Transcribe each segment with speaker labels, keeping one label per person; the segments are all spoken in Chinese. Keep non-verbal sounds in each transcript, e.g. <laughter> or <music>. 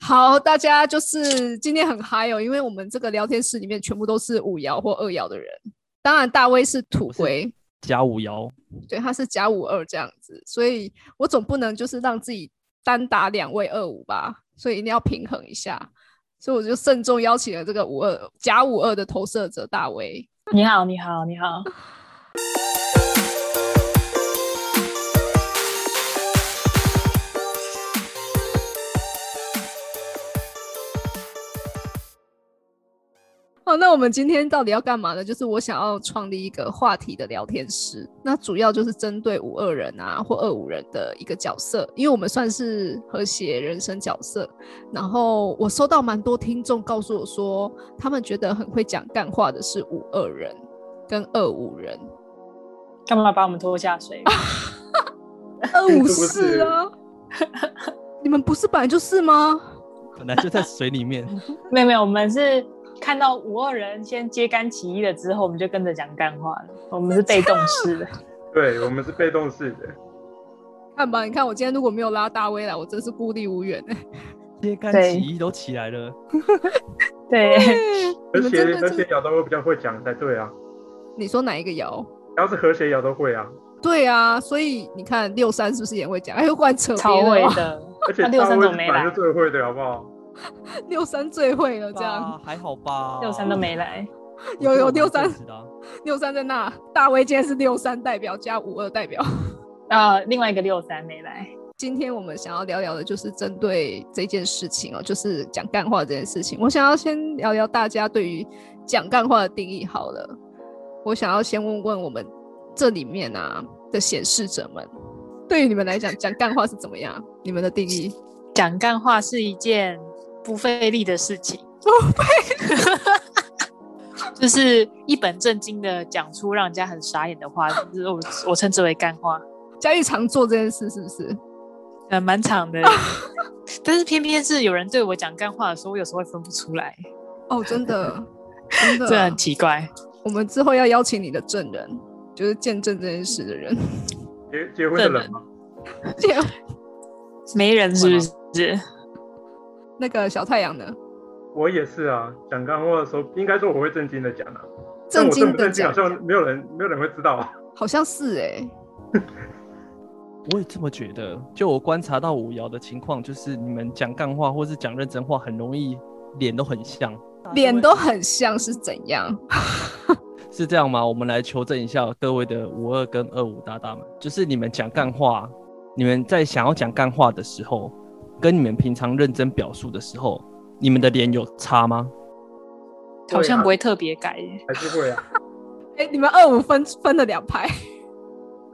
Speaker 1: 好，大家就是今天很嗨哦，因为我们这个聊天室里面全部都是五爻或二爻的人。当然，大威是土龟，
Speaker 2: 甲午爻，
Speaker 1: 对，他是甲五二这样子，所以我总不能就是让自己单打两位二五吧，所以一定要平衡一下。所以我就慎重邀请了这个五二甲五二的投射者大威。
Speaker 3: <laughs> 你好，你好，你好。
Speaker 1: 哦，那我们今天到底要干嘛呢？就是我想要创立一个话题的聊天室，那主要就是针对五二人啊或二五人的一个角色，因为我们算是和谐人生角色。然后我收到蛮多听众告诉我说，他们觉得很会讲干话的是五二人跟二五人，
Speaker 3: 干嘛把我们拖下 <laughs> 水？
Speaker 1: <laughs> 二五四啊，你们不是本来就是吗？
Speaker 2: 本来就在水里
Speaker 3: <laughs>
Speaker 2: 面。
Speaker 3: 没有没有，我们是看到五二人先揭竿起义了之后，我们就跟着讲干话了。我们是被动式的，
Speaker 4: 对我们是被动式的，
Speaker 1: 看吧，你看我今天如果没有拉大威来，我真是孤立无援哎、 <laughs>
Speaker 2: 揭竿
Speaker 3: 对
Speaker 2: 起义都起来了，
Speaker 3: 对，
Speaker 1: 你
Speaker 4: 而
Speaker 1: 们
Speaker 4: 且
Speaker 1: 真的
Speaker 4: 而且
Speaker 1: 是，
Speaker 4: 咬都会比较会讲才对啊，
Speaker 1: 你说哪一个爻？
Speaker 4: 要是和谐咬都会啊，
Speaker 1: 对啊，所以你看六三是不是也会讲？哎，又乱扯
Speaker 3: <laughs> 超
Speaker 1: 别
Speaker 3: 伟
Speaker 1: 人了，
Speaker 3: 的。
Speaker 4: 而且
Speaker 3: 那六三
Speaker 4: 大
Speaker 3: 怎
Speaker 4: 卫
Speaker 3: 么没
Speaker 4: 本来
Speaker 3: 来
Speaker 4: 就最会的好不好？
Speaker 1: 六三最会了这样。
Speaker 2: 吧还好吧？
Speaker 3: 六三都没来，
Speaker 2: 我
Speaker 1: 有
Speaker 2: 觉得
Speaker 1: 有
Speaker 2: 我
Speaker 1: 六三
Speaker 2: 蛮正直的啊
Speaker 1: 六三在那，大威今天是六三代表加五二代表。 <laughs>
Speaker 3: 呃，另外一个六三没来，
Speaker 1: 今天我们想要聊聊的就是针对这件事情哦，就是讲干话这件事情。我想要先聊聊大家对于讲干话的定义好了。我想要先问问我们这里面啊的显示者们，对于你们来讲，讲干话是怎么样？你们的定义？
Speaker 3: 讲干话是一件不费力的事情， <laughs> 就是一本正经的讲出让人家很傻眼的话，就是我我称之为干话，
Speaker 1: 嘉玉常做这件事是不是？
Speaker 3: 呃，蛮长的。 <laughs> 但是偏偏是有人对我讲干话的时候，我有时候会分不出来，
Speaker 1: 哦，真 <laughs> 的，真
Speaker 3: 这
Speaker 1: 的
Speaker 3: 很，奇怪。
Speaker 1: 我们之后要邀请你的证人，就是见证这件事的人。 <laughs>
Speaker 4: 结结婚的人嘛，
Speaker 1: 见
Speaker 3: 没人是不是？
Speaker 1: 那个小太阳呢？
Speaker 4: 我也是啊，讲干话的时候，应该说我会正经的讲啊，但
Speaker 1: 震
Speaker 4: 我
Speaker 1: 惊
Speaker 4: 正不
Speaker 1: 的
Speaker 4: 正经好
Speaker 1: 讲，
Speaker 4: 像没有人没有人会知道啊，
Speaker 1: 好像是哎、
Speaker 2: 我也这么觉得。就我观察到五爻的情况，就是你们讲干话或是讲认真话，很容易脸都很像。
Speaker 1: 脸都很像是怎样？
Speaker 2: 是这样吗？我们来求证一下各位的五二跟二五搭档们，就是你们讲干话，你们在想要讲干话的时候，跟你们平常认真表述的时候，你们的脸有差吗？
Speaker 3: 好像不会特别改耶。
Speaker 4: 还是会啊，
Speaker 1: 哎、你们二五分分了两排，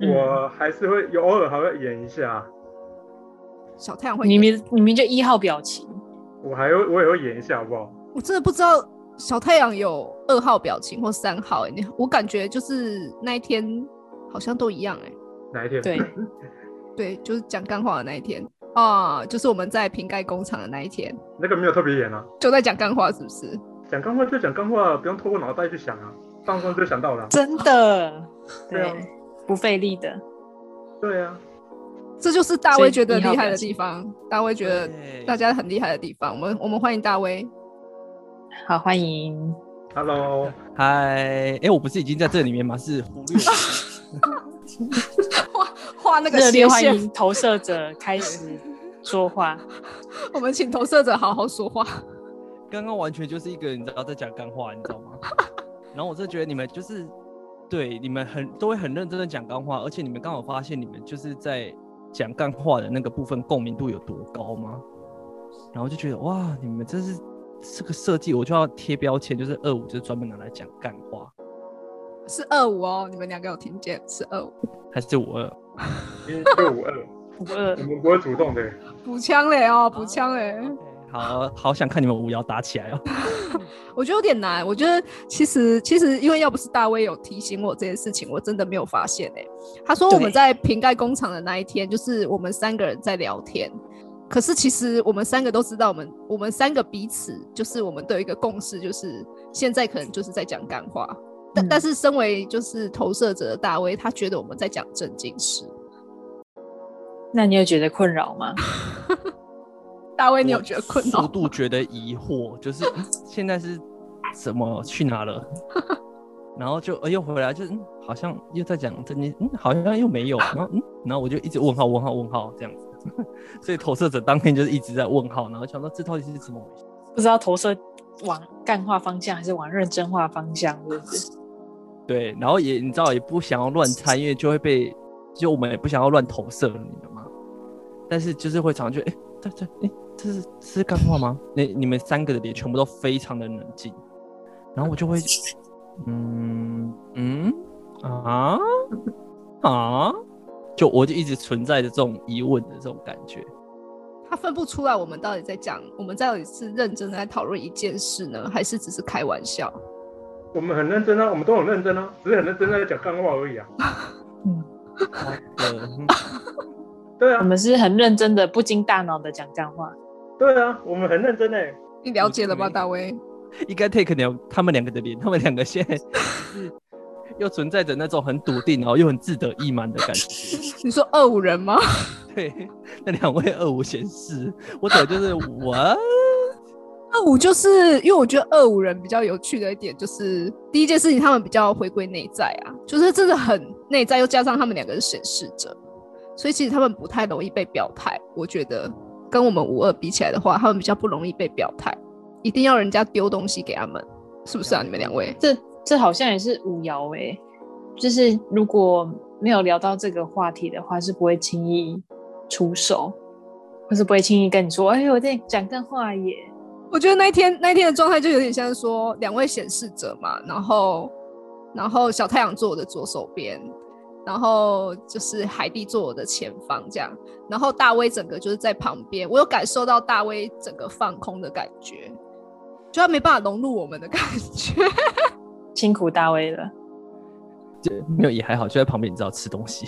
Speaker 3: 嗯
Speaker 4: 我还是会有偶尔还会演一下，啊
Speaker 1: 小太阳会
Speaker 3: 你明你明就一号表情，
Speaker 4: 我还会我也会演一下好不好？
Speaker 1: 我真的不知道小太阳有二号表情或三号、哎，你我感觉就是那一天好像都一样、哎，
Speaker 4: 哪一天？
Speaker 3: 对，
Speaker 1: 对，就是讲干话的那一天啊，就是我们在瓶盖工厂的那一天，
Speaker 4: <laughs> 那个没有特别演啊，
Speaker 1: 就在讲干话，是不是？
Speaker 4: 讲干话就讲干话，不用透过脑袋去想啊，放松就想到了啊。
Speaker 3: 真的，
Speaker 4: 对啊
Speaker 3: 对，不费力的。
Speaker 4: 对啊，
Speaker 1: 这就是大
Speaker 3: 所以
Speaker 1: 威觉得
Speaker 3: 一号
Speaker 1: 厉害
Speaker 3: 表
Speaker 1: 的
Speaker 3: 情
Speaker 1: 地方，大威觉得
Speaker 2: 对
Speaker 1: 大家很厉害的地方，我们我们欢迎大威。
Speaker 3: 好，欢迎
Speaker 4: Hello，
Speaker 2: 嗨，哎、我不是已经在这里面吗？是忽略
Speaker 1: <laughs>
Speaker 2: 我。
Speaker 1: 画那个
Speaker 3: 热烈
Speaker 1: 斜
Speaker 3: 欢
Speaker 1: 线，
Speaker 3: 迎投射者开始说话。
Speaker 1: 我们请投射者好好说话。
Speaker 2: 刚刚完全就是一个你知道在讲干话，你知道吗？然后我就觉得你们就是对你们很都会很认真的讲干话，而且你们刚好发现你们就是在讲干话的那个部分共鸣度有多高吗？然后就觉得哇，你们真是这个设计，我就要贴标签，就是二五就是专门拿来讲干话，
Speaker 1: 是二五哦，你们两个有听见？是二五
Speaker 2: 还是五二？
Speaker 4: 一六五二，
Speaker 3: 五二
Speaker 4: 我们不会主动的。
Speaker 1: 补枪嘞哦，补枪嘞。
Speaker 2: 好好想看你们五爻打起来哦！
Speaker 1: 我觉得有点难。我觉得其实其实因为要不是大威有提醒我这件事情，我真的没有发现哎、他说我们
Speaker 3: 对
Speaker 1: 在瓶盖工厂的那一天，就是我们三个人在聊天。可是其实我们三个都知道，我们我们三个彼此就是我们都有一个共识，就是现在可能就是在讲干话。但、
Speaker 3: 嗯
Speaker 1: 但是身为就是投射者的大威，他觉得我们在讲正经事。
Speaker 3: 那你有觉得困扰吗？
Speaker 1: 大卫，你有觉得困
Speaker 2: 速
Speaker 1: 扰？
Speaker 2: 度觉得疑惑，就是嗯现在是怎么去
Speaker 1: <laughs>
Speaker 2: 哪了？然后就呃又回来，就是、嗯、好像又在讲这件，嗯，好像又没有，然后嗯，然后我就一直问号问号问号这样子， <laughs> 所以投射者当天就是一直在问号，然后想说这到底是怎么回事？
Speaker 3: 不知道投射往干化方向还是往认真化方向，是不是？
Speaker 2: 对，然后也你知道也不想要乱猜，因为就会被，就我们也不想要乱投射，你懂吗？但是就是会常常觉得，哎、对对，哎、这是这是干话吗？那你们三个的脸全部都非常的冷静，然后我就会，嗯嗯啊啊，就我就一直存在着这种疑问的这种感觉。
Speaker 1: 他分不出来我们到底在讲，我们到底是认真的在讨论一件事呢，还是只是开玩笑？
Speaker 4: 我们很认真啊，我们都很认真啊，只是很认真在讲干话而已啊。
Speaker 2: 好的嗯
Speaker 4: 对
Speaker 3: 我
Speaker 4: 啊，
Speaker 3: 们是很认真的、不经大脑的讲干话。
Speaker 4: 对啊，我们很认真哎、
Speaker 1: 你了解了吧，
Speaker 2: 我
Speaker 1: 大卫？
Speaker 2: <laughs> 应该 take 两他们两个的脸，他们两个现在 <laughs> 是又存在着那种很笃定，然后又很自得意满的感觉。
Speaker 1: 你说二五人吗？
Speaker 2: 对， <laughs> 那两位二五贤士，我走就是
Speaker 1: <laughs>
Speaker 2: 我
Speaker 1: 二五就是因为我觉得二五人比较有趣的一点就是，第一件事情他们比较回归内在啊，就是真的很内在，又加上他们两个是显示者，所以其实他们不太容易被表态。我觉得跟我们五二比起来的话，他们比较不容易被表态，一定要人家丢东西给他们，是不是啊？你们两位
Speaker 3: 这这好像也是五爻哎、就是如果没有聊到这个话题的话，是不会轻易出手，或是不会轻易跟你说，哎、我在讲干话耶。
Speaker 1: 我觉得那一天那一天的状态就有点像是说两位显示者嘛，然后然后小太阳坐我的左手边，然后就是海蒂坐我的前方这样，然后大威整个就是在旁边，我有感受到大威整个放空的感觉，就他没办法融入我们的感觉。 <laughs>
Speaker 3: 辛苦大卫了，
Speaker 2: 就 <laughs> 没有也还好，就在旁边，你知道吃东西，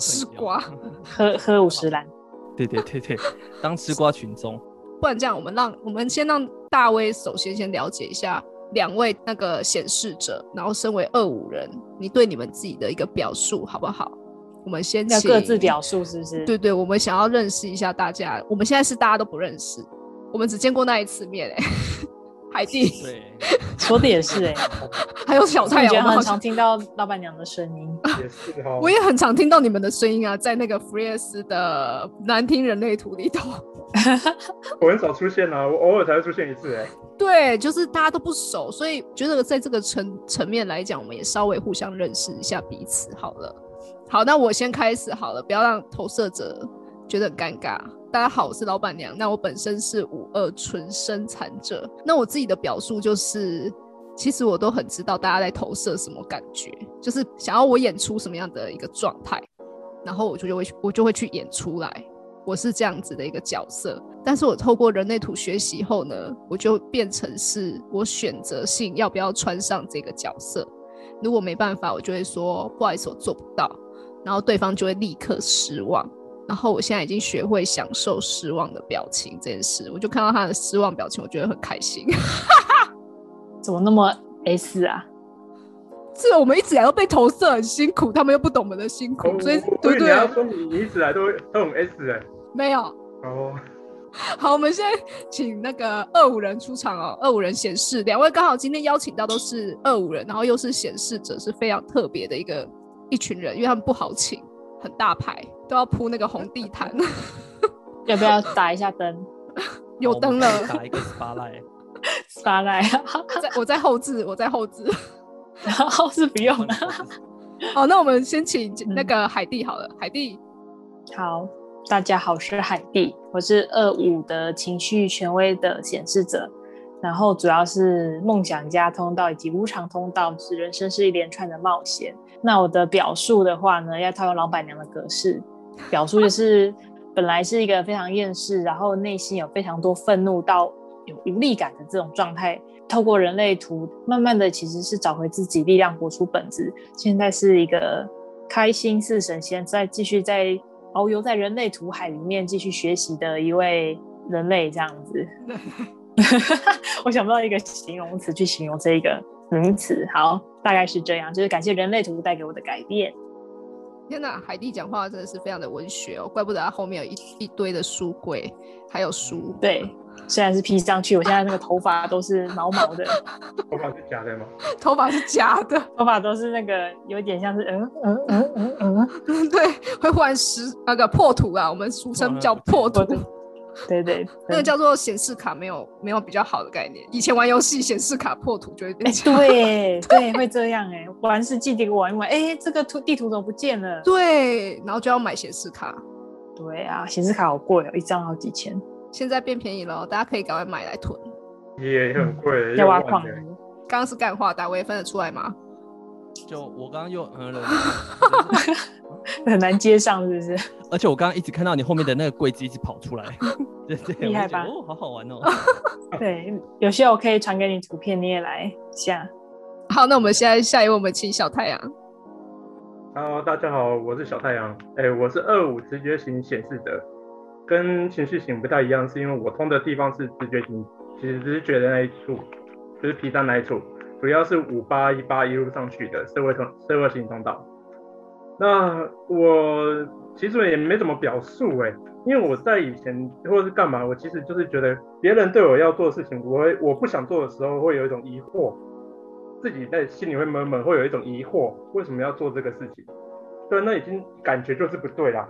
Speaker 1: 吃瓜。
Speaker 3: 喝喝五十兰，
Speaker 1: 哦
Speaker 2: 对对对对，当吃瓜群众。
Speaker 1: 不然这样，我们让我们先让大威首先先了解一下两位那个显示者，然后身为二五人，你对你们自己的一个表述好不好？我们先
Speaker 3: 要
Speaker 1: 请
Speaker 3: 各自表述是不是？
Speaker 1: 对对，我们想要认识一下大家。我们现在是大家都不认识，我们只见过那一次面哎、 <laughs> 海蒂
Speaker 2: 对，
Speaker 3: 说的也
Speaker 1: <laughs>
Speaker 3: 是哎、
Speaker 1: 还有小太
Speaker 3: 我觉得
Speaker 1: 阳，我
Speaker 3: 很
Speaker 1: 好
Speaker 3: 常
Speaker 1: 像
Speaker 3: 听到老板娘的声音， <laughs>
Speaker 4: 也是哦
Speaker 1: <laughs>
Speaker 4: 哈、
Speaker 1: 我也很常听到你们的声音啊，在那个弗列斯的难听人类图里头。
Speaker 4: 我很少出现啊，我偶尔才会出现一次哎、
Speaker 1: 对，就是大家都不熟，所以觉得在这个层层面来讲，我们也稍微互相认识一下彼此好了。好，那我先开始好了，不要让投射者觉得很尴尬。大家好，我是老板娘。那我本身是五二纯生产者，那我自己的表述就是，其实我都很知道大家在投射什么感觉，就是想要我演出什么样的一个状态，然后我就就会去我就会去演出来。我是这样子的一个角色。但是我透过人类图学习后呢，我就变成是我选择性要不要穿上这个角色。如果没办法，我就会说不好意思，我做不到，然后对方就会立刻失望。然后我现在已经学会享受失望的表情这件事，我就看到他的失望表情，我觉得很开心。 <laughs>
Speaker 3: 怎么那么 S 啊？
Speaker 1: 这我们一直以来都被投射很辛苦，他们又不懂我们的辛苦，
Speaker 4: 我
Speaker 1: 所以
Speaker 4: 哦我我
Speaker 1: 对
Speaker 4: 以为
Speaker 1: 不
Speaker 4: 你要
Speaker 1: 对？
Speaker 4: 说你你一直来都会都很 S 哎、
Speaker 1: 没有，
Speaker 4: 哦，
Speaker 1: 好，我们现在请那个二五人出场哦。二五人显示，两位刚好今天邀请到都是二五人，然后又是显示者，是非常特别的一个一群人，因为他们不好请，很大牌，都要铺那个红地
Speaker 3: <laughs>
Speaker 1: 毯，
Speaker 3: 要不要打一下灯？
Speaker 1: 有灯了
Speaker 2: 我。们可以打一个 s p a l i g
Speaker 3: 发来啊， <laughs>
Speaker 1: 我 <laughs> 在我在后置，我在后置。
Speaker 3: 然后是不用
Speaker 2: h
Speaker 3: 了。
Speaker 1: 好，那我们先请
Speaker 3: 嗯
Speaker 1: 那个海蒂好了，海蒂
Speaker 3: 好，大家好，我是海蒂，我是二五的情绪权威的显示者，然后主要是梦想家通道以及无常通道，就是人生是一连串的冒险。那我的表述的话呢，要套用老板娘的格式，表述就是本来是一个非常厌世，然后内心有非常多愤怒到有无力感的这种状态。透过人类图，慢慢的其实是找回自己力量，活出本质。现在是一个开心似神仙，再继续在遨游在人类图海里面继续学习的一位人类，这样
Speaker 1: <laughs>
Speaker 3: 子。我想不到一个形容词去形容这一个名词，好，大概是这样，就是感谢人类图带给我的改变。
Speaker 1: 天哪，海蒂讲话真的是非常的文学哦，怪不得他后面有一一堆的书柜，还有书。
Speaker 3: 嗯对，
Speaker 1: 嗯
Speaker 3: 虽然是披上去，我现在那个头发都是毛毛
Speaker 1: <laughs>
Speaker 3: 的，
Speaker 4: 头发是假的吗？
Speaker 1: <laughs> 头发是假的， <laughs>
Speaker 3: 头发都是那个有点像是嗯嗯嗯嗯嗯，
Speaker 1: 对，会换湿那个破图啊，我们俗称叫破图
Speaker 3: 我，的，嗯对对，
Speaker 1: 那个叫做显示卡，没有没有比较好的概念。以前玩游戏显示卡破图就会
Speaker 3: 哎、
Speaker 1: 变成、
Speaker 3: <laughs> 对对，会这样哎、玩世纪给我玩一玩，哎、这个图地图怎么不见了？
Speaker 1: <laughs> 对，然后就要买显示卡，
Speaker 3: 对啊，显示卡好贵哦，一张好几千，
Speaker 1: 现在变便宜了哦，大家可以赶快买来囤。
Speaker 4: 也很
Speaker 3: <laughs>
Speaker 4: 贵，
Speaker 3: 要挖
Speaker 4: 6万
Speaker 3: 矿
Speaker 4: 呢
Speaker 3: 炉。
Speaker 1: 刚刚是干话，大卫分得出来吗？
Speaker 2: 就我刚刚又嗯了，
Speaker 3: 很难接上，是不
Speaker 4: <laughs>
Speaker 3: 是？
Speaker 2: <laughs> 而且我刚刚一直看到你后面的那个柜子一直跑出来，对对，
Speaker 3: 厉害
Speaker 2: 我就觉
Speaker 3: 吧
Speaker 2: 得哦，好好玩哦。
Speaker 3: 对，有些我可以传给你图片，你也来下。
Speaker 1: 好，那我们现在下一位，我们请小太阳。
Speaker 4: Hello，大家好，我是小太阳。哎、我是二五直觉型显示者，跟情绪型不太一样，是因为我通的地方是直觉型，其实直觉的那一处，就是皮蛋那一处，主要是五八一八一路上去的社会通社会型通道。那我其实也没怎么表述哎、因为我在以前或者是干嘛，我其实就是觉得别人对我要做的事情，我会我不想做的时候会有一种疑惑，自己在心里会闷闷，会有一种疑惑，为什么要做这个事情？对，那已经感觉就是不对啦。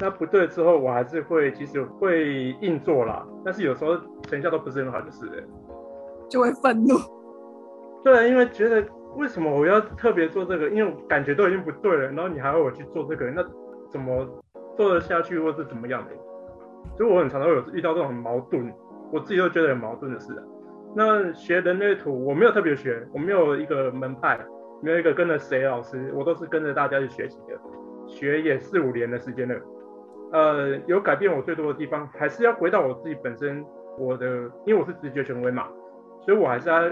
Speaker 4: 那不对之后，我还是会其实会硬做啦，但是有时候成效都不是很好，就是了
Speaker 1: 就会愤怒，
Speaker 4: 对，啊因为觉得为什么我要特别做这个？因为我感觉都已经不对了，然后你还要我去做这个，那怎么做得下去，或是怎么样的？所以我很常都有遇到这种很矛盾，我自己都觉得很矛盾的事、啊。那学人类图，我没有特别学，我没有一个门派，没有一个跟着谁老师，我都是跟着大家去学习的，学也四五年的时间了。呃，有改变我最多的地方，还是要回到我自己本身，我的，因为我是直觉权威嘛，所以我还是要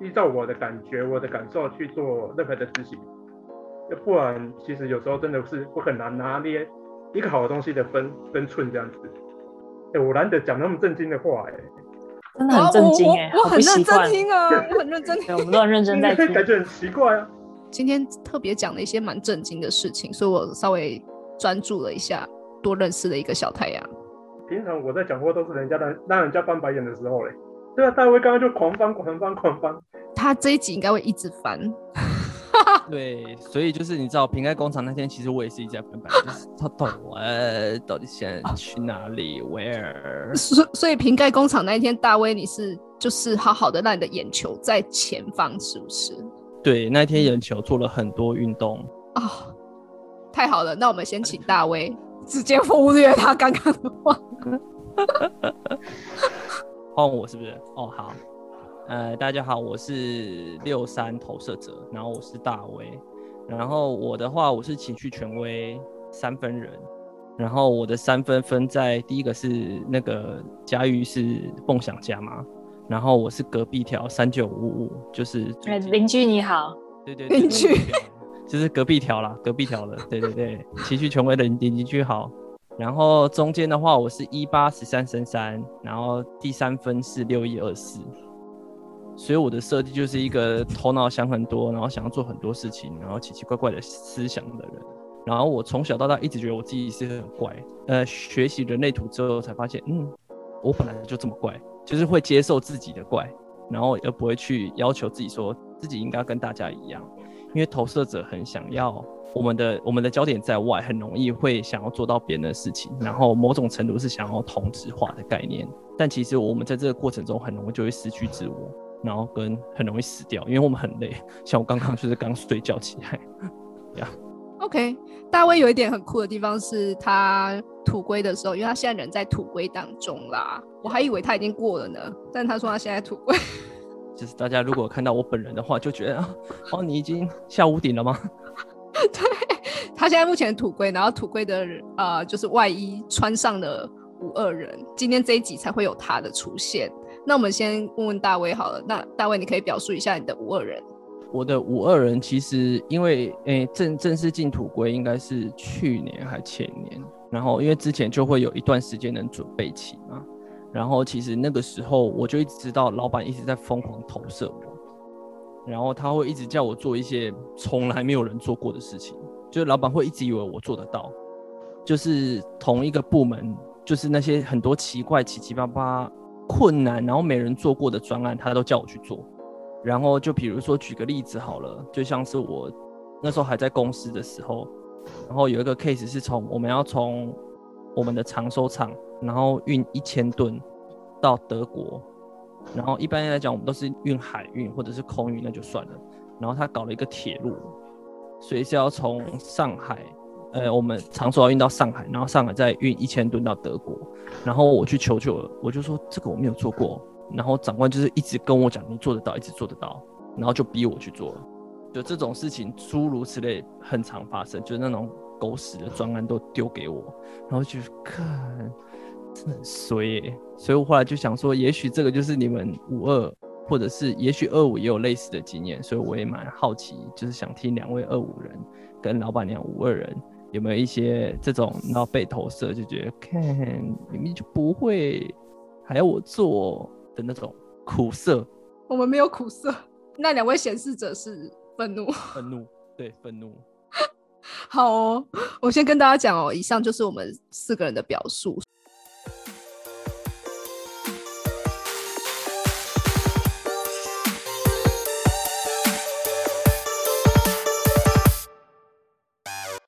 Speaker 4: 依照我的感觉、我的感受去做任何的事情，要不然其实有时候真的是会很难拿捏一个好的东西的分分寸这样子。哎、我难得讲那么正经的话、哎，
Speaker 3: 真的很震惊哎、
Speaker 1: 哦我我我
Speaker 3: 好不
Speaker 1: 很认
Speaker 3: 习
Speaker 1: 真
Speaker 3: 惯。
Speaker 1: 听
Speaker 3: <laughs>
Speaker 1: 啊，我很认真听。
Speaker 3: 对，我们都很认真
Speaker 4: <laughs>
Speaker 3: 在听。
Speaker 4: 感觉很奇怪啊。
Speaker 1: 今天特别讲了一些蛮震惊的事情，所以我稍微专注了一下，多认识了一个小太阳。
Speaker 4: 平常我在讲话都是人家让让人家翻白眼的时候嘞、哎对啊，大卫刚刚就狂翻、狂翻、狂翻，
Speaker 1: 他这一集应该会一直翻，
Speaker 2: 对，所以就是你知道平安工厂那天，其实我也是一直在翻白，就是他到底我到底现在去哪里？Where？
Speaker 1: 所所以瓶盖工厂那一天，大威你是就是好好的让你的眼球在前方，是不是？
Speaker 2: 对，那天眼球做了很多运动，
Speaker 1: 啊、太好了，那我们先请大威直接忽略他刚刚的话。 <laughs>
Speaker 2: 换我是不是？哦，好，呃，大家好，我是六三投射者，然后我是大威，然后我的话我是情绪权威三分人，然后我的三分分在第一个是那个佳玉是梦想家嘛，然后我是隔壁条三九五五，就是最
Speaker 3: 哎
Speaker 2: 近
Speaker 3: 邻居你好，
Speaker 2: 对对，
Speaker 1: 邻
Speaker 2: 对
Speaker 1: 居，
Speaker 2: 对 <laughs> 就是隔壁条啦，隔壁条的，对对对，崎岖权威的邻邻居好。然后中间的话，我是一八十三升三，然后第三分是六一二四，所以我的设计就是一个头脑想很多，然后想要做很多事情，然后奇奇怪怪的思想的人。然后我从小到大一直觉得我自己是很怪，呃，学习人类图之后才发现，嗯，我本来就这么怪，就是会接受自己的怪，然后而不会去要求自己说自己应该跟大家一样，因为投射者很想要我们的我们的焦点在外，很容易会想要做到别人的事情，然后某种程度是想要同质化的概念，但其实我们在这个过程中很容易就会失去自我，然后跟很容易死掉，因为我们很累，像我刚刚就是刚睡觉起来，
Speaker 1: OK，大卫有一点很酷的地方是他土归的时候，因为他现在人在土归当中啦，我还以为他已经过了呢，但他说他现在土归，
Speaker 2: 就是大家如果看到我本人的话，就觉得啊哦你已经下屋顶了吗？
Speaker 1: 他现在目前土归，然后土归的呃就是外衣穿上了五二人，今天这一集才会有他的出现。那我们先问问大卫好了，那大卫你可以表述一下你的五二人。
Speaker 2: 我的五二人其实因为诶、正正式进土龟应该是去年还前年，然后因为之前就会有一段时间能准备期嘛，然后其实那个时候我就一直知道老板一直在疯狂投射我，然后他会一直叫我做一些从来没有人做过的事情，就是老板会一直以为我做得到，就是同一个部门，就是那些很多奇怪、七七八八、困难，然后没人做过的专案，他都叫我去做。然后就比如说举个例子好了，就像是我那时候还在公司的时候，然后有一个 case 是从我们要从我们的常收厂，然后运一千吨到德国，然后一般来讲我们都是运海运或者是空运，那就算了。然后他搞了一个铁路，所以是要从上海，呃，我们常说要运到上海，然后上海再运一千吨到德国。然后我去求救了，我就说这个我没有做过。然后长官就是一直跟我讲你做得到，一直做得到，然后就逼我去做了。就这种事情，诸如此类很常发生，就是那种狗屎的专案都丢给我，然后就看，真的很衰耶、所以我后来就想说，也许这个就是你们五二，或者是也许二五也有类似的经验，所以我也蛮好奇，就是想听两位二五人跟老板娘五二人有没有一些这种然后被投射，就觉得看明明就不会，还要我做的那种苦涩
Speaker 1: 我们没有苦涩。 <laughs> 那两位显示者是愤怒。 <laughs>
Speaker 2: 愤怒，对愤怒。
Speaker 1: 好哦，我先跟大家讲哦，以上就是我们四个人的表述。